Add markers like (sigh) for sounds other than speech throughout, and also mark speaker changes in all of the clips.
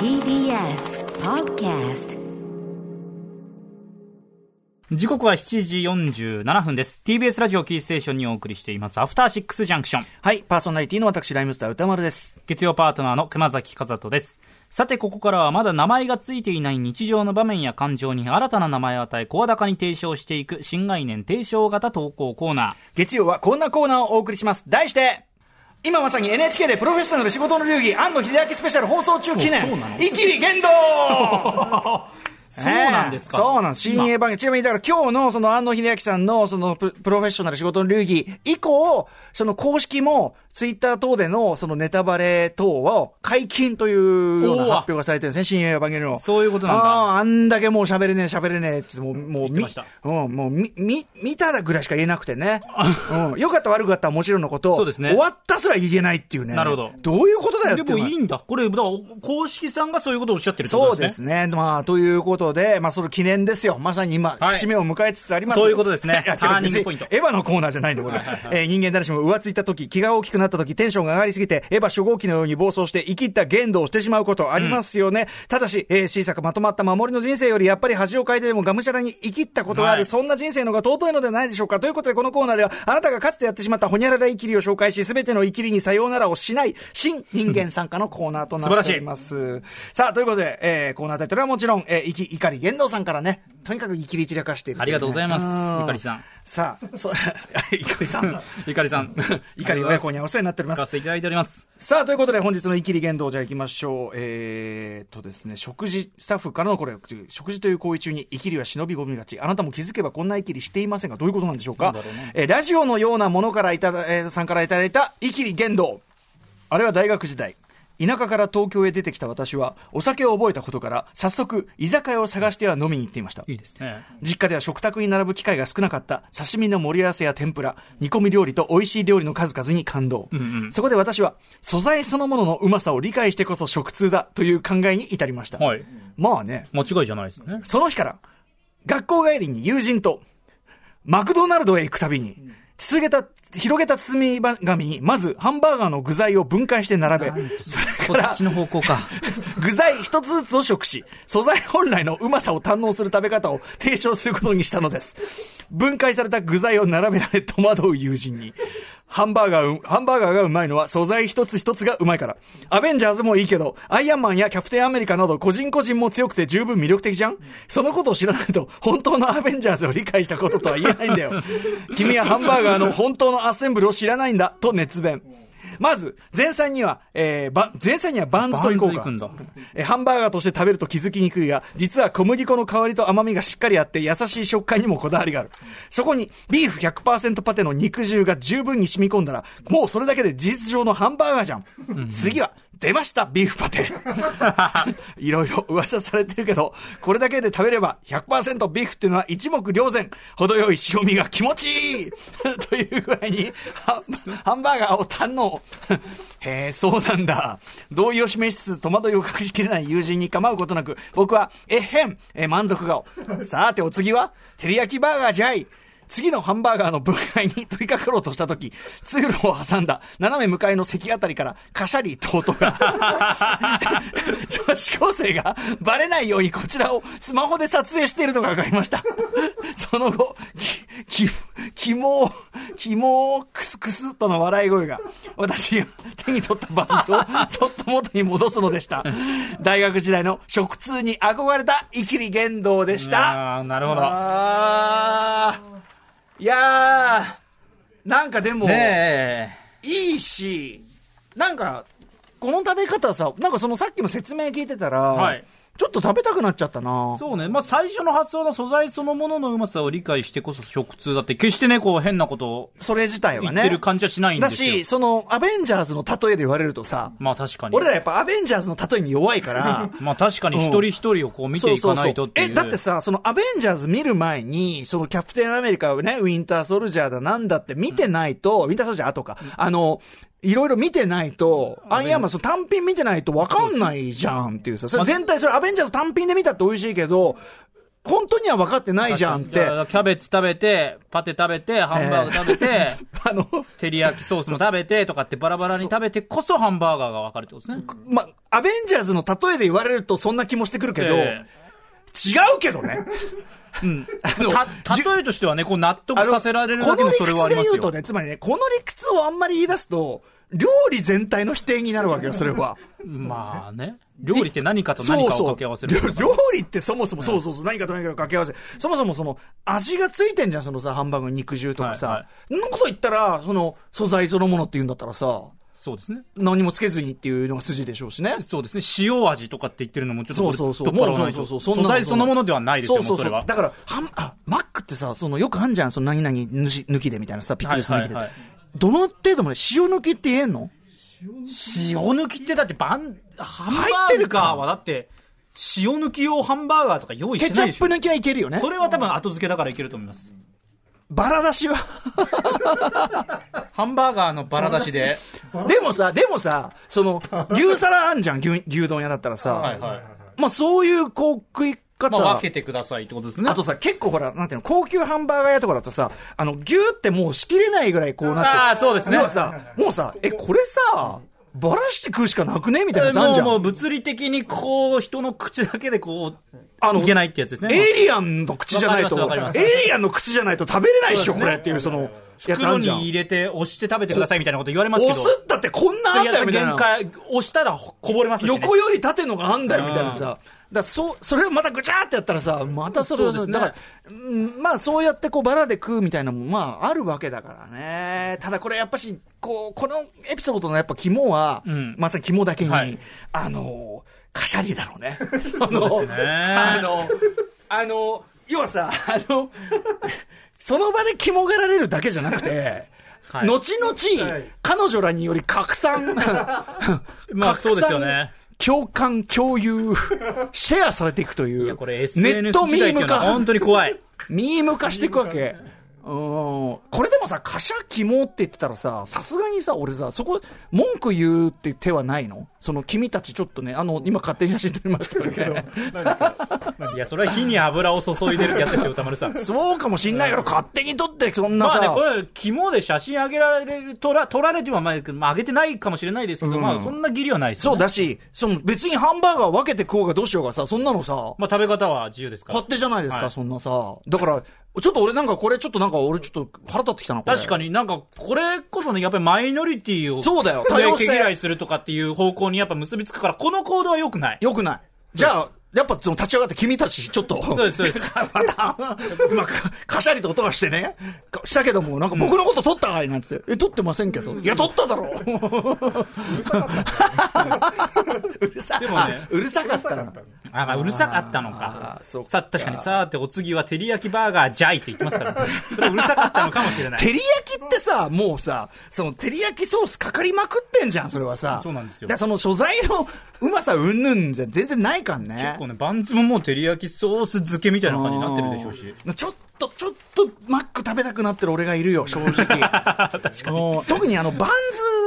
Speaker 1: TBS Podcast
Speaker 2: 時刻は7時47分です TBS ラジオキーステーションにお送りしていますアフターシックスジャンクション
Speaker 3: はい、パーソナリティの私、ライムスター歌丸です。
Speaker 2: 月曜パートナーの熊崎和人ですさてここからはまだ名前がついていない日常の場面や感情に新たな名前を与え声高に提唱していく新概念提唱型投稿コーナー
Speaker 3: 月曜はこんなコーナーをお送りします。題して、今まさに NHK でプロフェッショナル仕事の流儀、庵野秀明スペシャル放送中記念
Speaker 2: おそうなの、
Speaker 3: イキ
Speaker 2: (laughs)
Speaker 3: リ言動
Speaker 2: そうなんですか
Speaker 3: ねえそうなんです。
Speaker 2: 今
Speaker 3: 新鋭番組。ちなみに、だから今日のその安野秀明さんのそのププロフェッショナル仕事の流儀以降、その公式もツイッター等でのそのネタバレ等を解禁というような
Speaker 2: おー
Speaker 3: 発表がされてるんですね、新鋭番組の。
Speaker 2: そういうことなんだ
Speaker 3: ああ、あんだけもう喋れねえ喋れねえって、もう、もう、
Speaker 2: 言ってました
Speaker 3: うん、もう、み、み、見たらぐらいしか言えなくてね。うん。良かった悪かったはもちろんのこと。
Speaker 2: そうですね
Speaker 3: 終わったすら言えないっていうね。
Speaker 2: なるほど
Speaker 3: どういうことだよって
Speaker 2: で
Speaker 3: うの
Speaker 2: も
Speaker 3: はい
Speaker 2: いんだこれだから公式さんがそういうことをおっしゃってるってこ
Speaker 3: そ
Speaker 2: と
Speaker 3: う
Speaker 2: で
Speaker 3: ですす
Speaker 2: ね
Speaker 3: ね。まあ、ということで、まあ、その記念ですよ。まさに今、
Speaker 2: はい
Speaker 3: 節目を迎えつつあります。
Speaker 2: そういうことですね
Speaker 3: (laughs) いや、違う
Speaker 2: ターニング
Speaker 3: 別に
Speaker 2: ポイント
Speaker 3: エヴァのコーナーじゃないんで、これ。えー人間誰しも浮ついた時、気が大きくなった時、テンションが上がりすぎて、エヴァ初号機のように暴走して、生きった言動をしてしまうことありますよね。ただし、えー、小さくまとまった守りの人生より、やっぱり恥をかいてでもがむしゃらに生きったことがある、
Speaker 2: はい
Speaker 3: そんな人生の方が尊いのではないでしょうか。ということで、このコーナーでは、あなたがかつてやってしまったほにゃらら生きりを紹介し、すべての生きりにさようならをしない、新人間参加のコーナーとなっております。ます。さあ、ということで、えーコーナータイトルはもちろん、えー、いき、怒り玄道さんからね、とにかくいきり散らかしている
Speaker 2: ありがとうございます
Speaker 3: うん
Speaker 2: ゆかりさん
Speaker 3: さあ、そ、 (laughs) いかり
Speaker 2: (laughs)
Speaker 3: さん。
Speaker 2: ゆかりさ
Speaker 3: (laughs)
Speaker 2: ん
Speaker 3: いかり親子にはお世話になっておりま
Speaker 2: 使わ
Speaker 3: す
Speaker 2: せ。ていただいております
Speaker 3: さあ、ということで本日のイキリ言動じゃあ行きましょう。えーっとですね、食事、スタッフからのこれ、食事という行為中にイキリは忍び込みがち。あなたも気づけばこんなイキリしていませんが、どういうことなんでしょうか
Speaker 2: なんだろうね
Speaker 3: えーラジオのようなものからいただ、えーさんからいただいたイキリ言動。あれは大学時代。田舎から東京へ出てきた私は、お酒を覚えたことから、早速、居酒屋を探しては飲みに行っていました。
Speaker 2: いいですね
Speaker 3: 実家では食卓に並ぶ機会が少なかった刺身の盛り合わせや天ぷら、煮込み料理と美味しい料理の数々に感動。そこで私は、素材そのもののうまさを理解してこそ食通だという考えに至りました。
Speaker 2: はい
Speaker 3: まあね、
Speaker 2: 間違いじゃないですね
Speaker 3: その日から、学校帰りに友人と、マクドナルドへ行くたびに、続けた、広げた包み紙に、まずハンバーガーの具材を分解して並べ、そ
Speaker 2: こ
Speaker 3: れから
Speaker 2: っちの方向か
Speaker 3: 具材一つずつを食し、素材本来のうまさを堪能する食べ方を提唱することにしたのです。分解された具材を並べられ戸惑う友人に。ハンバーガーう、ハンバーガーがうまいのは素材一つ一つがうまいから。アベンジャーズもいいけど、アイアンマンやキャプテンアメリカなど個人個人も強くて十分魅力的じゃんそのことを知らないと、本当のアベンジャーズを理解したこととは言えないんだよ。君はハンバーガーの本当のアッセンブルを知らないんだ、と熱弁。まず、前菜には、えー、ば、前菜にはバンズといこうか
Speaker 2: バンズいくんだ。
Speaker 3: えーハンバーガーとして食べると気づきにくいが、実は小麦粉の香りと甘みがしっかりあって、優しい食感にもこだわりがある。そこに、ビーフ100%パテの肉汁が十分に染み込んだら、もうそれだけで事実上のハンバーガーじゃん。次は、出ました、ビーフパ (laughs) テ。いろいろ噂されてるけど、これだけで食べれば100%ビーフっていうのは一目瞭然。程よい塩味が気持ちいい (laughs) という具合にハンバ、ハンバーガーを堪能。 (laughs) へえ、そうなんだ。同意を示しつつ戸惑いを隠しきれない友人に構うことなく、僕は、えへん、え満足顔。さてお次は、照り焼きバーガーじゃい。次のハンバーガーの分解に取り掛かろうとしたとき、通路を挟んだ斜め向かいの席あたりからカシャリと音が。 (laughs) 女子高生がバレないようにこちらをスマホで撮影しているのが分かりました。その後、き、き、きも、きも、くすくすっとの笑い声が、私が手に取ったバンズをそっと元に戻すのでした。大学時代の食通に憧れたイキリ言動でした。
Speaker 2: ああなるほど
Speaker 3: あーいやー、なんかでも、
Speaker 2: ね
Speaker 3: いいし、なんか、この食べ方さ、なんかそのさっきの説明聞いてたら、
Speaker 2: はい
Speaker 3: ちょっと食べたくなっちゃったな
Speaker 2: え。そうね、まあ、最初の発想の素材そのもののうまさを理解してこそ食通だって決してねこう変なことを
Speaker 3: それ自体
Speaker 2: 言
Speaker 3: は
Speaker 2: っ
Speaker 3: ね。
Speaker 2: てる感じはしないんで
Speaker 3: だ
Speaker 2: すよ
Speaker 3: し、その、アベンジャーズの例えで言われるとさ、
Speaker 2: まあ確かに
Speaker 3: 俺らやっぱアベンジャーズの例えに弱
Speaker 2: (laughs)
Speaker 3: いから、
Speaker 2: まあ確かに一人一人をこう見ていかないとっていう。
Speaker 3: そうそうそうえ、だってさ、そのアベンジャーズ見る前に、そのキャプテンアメリカをね、ウィンターソルジャーだなんだって見てないと、ウィンターソルジャー後か、あの、いろいろ見てないと、アイアンマン、その単品見てないと分かんないじゃんっていうさ、それ全体、それアベンジャーズ単品で見たって美味しいけど、本当には分かってないじゃんっ
Speaker 2: だ
Speaker 3: て
Speaker 2: か。らキャベツ食べて、パテ食べて、ハンバーグ食べて、
Speaker 3: あの、
Speaker 2: 照り焼きソースも食べてとかってバラバラに食べてこそハンバーガーが分かるってことですね。
Speaker 3: ま、アベンジャーズの例えで言われるとそんな気もしてくるけど、
Speaker 2: え
Speaker 3: 違うけどね。
Speaker 2: うん、
Speaker 3: の
Speaker 2: た例えとしてはね、こう納得させられるだけ
Speaker 3: この
Speaker 2: の
Speaker 3: 理
Speaker 2: それはあ
Speaker 3: 屈
Speaker 2: りま
Speaker 3: で言
Speaker 2: す
Speaker 3: う
Speaker 2: よ
Speaker 3: と。ね、つまりね、この理屈をあんまり言い出すと、料理全体の否定になるわけよ、それ (laughs) は。
Speaker 2: まあね、料理って何かと何かを掛け合わせる
Speaker 3: そうそう料料理ってそもそも、そうそうそう、何かと何かを掛け合わせる。そもそもその、味がついてんじゃん、そのさ、ハンバーグの肉汁とかさ。
Speaker 2: はいは
Speaker 3: そんなこと言ったら、その、素材そのものって言うんだったらさ、
Speaker 2: そうですね。
Speaker 3: 何もつけずにっていうのが筋でしょうしね。
Speaker 2: そうですね。塩味とかって言ってるのもちょっと
Speaker 3: そ
Speaker 2: こ
Speaker 3: う
Speaker 2: れ
Speaker 3: そうそう。
Speaker 2: 取っ払
Speaker 3: も
Speaker 2: わ
Speaker 3: う
Speaker 2: な
Speaker 3: そ
Speaker 2: いうと
Speaker 3: そうそう。
Speaker 2: 素材そのものではないですよ、
Speaker 3: そうそ
Speaker 2: もう
Speaker 3: うそ。
Speaker 2: そうれは。
Speaker 3: だから、はん、あ、マックってさ、その、よくあんじゃん、その、何々抜し抜きでみたいなさ、ピクルス抜きで。
Speaker 2: はいはいはい
Speaker 3: どの程度もね、塩抜きって言えんの
Speaker 2: 塩抜きってだってバン、
Speaker 4: ハンバーグかはだって、塩抜き用ハンバーガーとか用意し
Speaker 3: ケ
Speaker 4: て
Speaker 3: チ
Speaker 4: ないで
Speaker 3: ャッ
Speaker 4: し
Speaker 3: プ
Speaker 4: ょ。
Speaker 3: 抜きはいけるよね。
Speaker 4: それは多分後付けだからいけると思います。
Speaker 3: バラ出しは。
Speaker 2: ハンバーガーのバラ出しで。
Speaker 3: でもさ、でもさ、その、牛皿あんじゃん、牛、牛丼屋だったらさ。
Speaker 2: はいはい。
Speaker 3: まあ、そういう、こう、食い方
Speaker 2: まあ
Speaker 3: は。
Speaker 2: 分けてくださいってことですね。
Speaker 3: あとさ、結構ほら、なんていうの、高級ハンバーガー屋とかだとさ、あの、牛ってもうしきれないぐらいこうなって。
Speaker 2: あーそうですね
Speaker 3: 要はさ、もうさ、え、これさ、ばらして食うしかなくねみたいなやつあん
Speaker 2: も
Speaker 3: じ
Speaker 2: う
Speaker 3: ゃん。
Speaker 2: もう物理的にこう人の口だけでこう、
Speaker 3: あの
Speaker 2: いけないってやつですね。
Speaker 3: エイリアンの口じゃないと
Speaker 2: わかりま、すわかります
Speaker 3: エイリアンの口じゃないと食べれないっし
Speaker 2: そ
Speaker 3: ょ、
Speaker 2: うですね
Speaker 3: これっていう、その、やつあ
Speaker 2: 袋
Speaker 3: んじゃん
Speaker 2: に。入れて押して食べてくださいみたいなこと言われますけ
Speaker 3: 押
Speaker 2: ど。
Speaker 3: すったってこんなあんだよ、みたいな
Speaker 2: 限。界、押したらこぼれますし、ね。
Speaker 3: 横より縦のがあんだよみたいなさ、だからそうそれをまたぐちゃーってやったらさ、またそれを
Speaker 2: そうですね
Speaker 3: だから、うんまあそうやってこうバラで食うみたいなのも、まああるわけだからね、ただこれやっぱし、こうこのエピソードのやっぱ肝は、
Speaker 2: ん
Speaker 3: まさに肝だけに、
Speaker 2: はい
Speaker 3: あの、カシャリだろうね。
Speaker 2: (laughs) そうですね
Speaker 3: あの、あの、要はさ、あの、その場で肝がられるだけじゃなくて、
Speaker 2: はい
Speaker 3: 後々、彼女らにより
Speaker 2: (laughs)
Speaker 3: 拡散、
Speaker 2: まあ
Speaker 3: 拡散
Speaker 2: そうですよね。
Speaker 3: 共感、共有、シェアされていくという。
Speaker 2: いや、これ
Speaker 3: ネッ
Speaker 2: SNS
Speaker 3: トミ
Speaker 2: 時代っ
Speaker 3: ー
Speaker 2: ていう
Speaker 3: ム
Speaker 2: のは
Speaker 3: 化。
Speaker 2: 本当に怖い。
Speaker 3: ミーム化していくわけ。うん。これでもさ、カシャキモって言ってたらさ、さすがにさ、俺さ、そこ、文句言うって手はないのその、君たちちょっとね、あの、今勝手に写真撮りましたけど、
Speaker 2: (laughs) いや、それは火に油を注いでるってやつですよ、歌丸さん。
Speaker 3: そうかもしんないけど、勝手に撮って、そん
Speaker 2: (laughs)
Speaker 3: な
Speaker 2: まあ
Speaker 3: さ。
Speaker 2: ね、これ、肝で写真上げられる、撮ら、撮られては、まあ、まあ、上げてないかもしれないですけど、まあ、そんな義理はないです
Speaker 3: そ
Speaker 2: よ、
Speaker 3: う
Speaker 2: ね。
Speaker 3: だし、その、別にハンバーガー分けて食おうがどうしようがさ、そんなのさ、
Speaker 2: まあ、食べ方は自由ですから
Speaker 3: 勝。手じゃないですか、
Speaker 2: はい
Speaker 3: そんなさ。だから、ちょっと俺なんかこれ、ちょっとなんか俺ちょっと腹立ってきたな、これ
Speaker 2: 確かになんか、これこそね、やっぱりマイノリティを、
Speaker 3: そうだよ多
Speaker 2: 多
Speaker 3: 様
Speaker 2: 様
Speaker 3: 性
Speaker 2: 性。嫌いするとかっていう方向にやっぱ結びつくから、この行動は良くない。
Speaker 3: よくない。じゃあ、やっぱその立ち上がって君たち、ちょっと。
Speaker 2: そうです、そうです。
Speaker 3: (laughs) また、今、かカシャリと音がしてね。かしたけども、なんか僕のこと撮ったかいなんつって。え、撮ってませんけど。いや、撮っただろう。 (laughs) うるさかった。 (laughs) うるさかったな。
Speaker 2: あ、まあ、うるさかったのか。
Speaker 3: あーそうか
Speaker 2: さあ、確かにさーって、お次は照り焼きバーガーじゃいって言ってます
Speaker 3: (laughs)
Speaker 2: から、ね、それはうるさかったのかもしれない。
Speaker 3: 照り焼きってさ、もうさ、その照り焼きソースかかりまくってんじゃん、それはさ。
Speaker 2: そうなんですよ
Speaker 3: だからその所在のうまさうんぬんじゃ全然ないかんね。
Speaker 2: 結構ね、バンズももう照り焼きソース漬けみたいな感じになってるでしょうし。
Speaker 3: ちょっと、ちょっと、マック食べたくなってる俺がいるよ、正
Speaker 2: (laughs)
Speaker 3: 直。うん特にあの、バン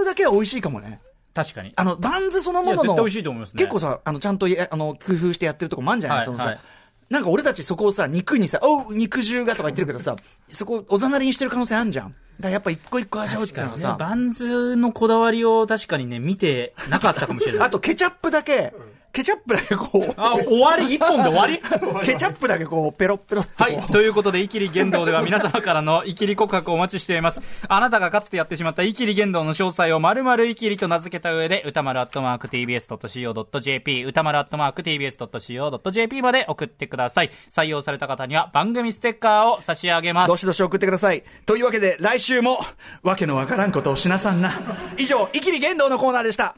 Speaker 3: ズだけは美味しいかもね。
Speaker 2: 確かに。
Speaker 3: あの、バンズそのものの。
Speaker 2: いや絶対美味しいと思いますね
Speaker 3: 結構さ、あの、ちゃんとや、あの、工夫してやってるとこもあんじゃない、
Speaker 2: はい
Speaker 3: そのさ、
Speaker 2: はい
Speaker 3: なんか俺たちそこをさ、肉にさ、おう、肉汁がとか言ってるけどさ、そこ、おざなりにしてる可能性あんじゃん。だからやっぱ一個一個味わうっ
Speaker 2: 確
Speaker 3: て
Speaker 2: か
Speaker 3: いうの
Speaker 2: に
Speaker 3: は
Speaker 2: ね、
Speaker 3: さ、
Speaker 2: バンズのこだわりを確かにね、見てなかったかもしれない。
Speaker 3: あとケチャップだけ、ケチャップだけ
Speaker 2: (laughs)
Speaker 3: こう、
Speaker 2: あ、終わり一本で終わり
Speaker 3: ケチャップだけこう、ペロッペロッと
Speaker 2: は
Speaker 3: こう
Speaker 2: い。ということで、イキリ言動では皆様からのイキリ告白をお待ちしています。あなたがかつてやってしまったイキリ言動の詳細をまるまるイキリと名付けた上で、歌丸アットマーク tbs.co.jp、歌丸アットマーク tbs.co.jp まで送ってください。採用された方には番組ステッカーを差し上げます
Speaker 3: ど。しどし送ってください。というわけで、来週も、わけのわからんことをしなさんな。以上、イキリ言動のコーナーでした。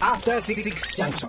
Speaker 5: After Six Junction.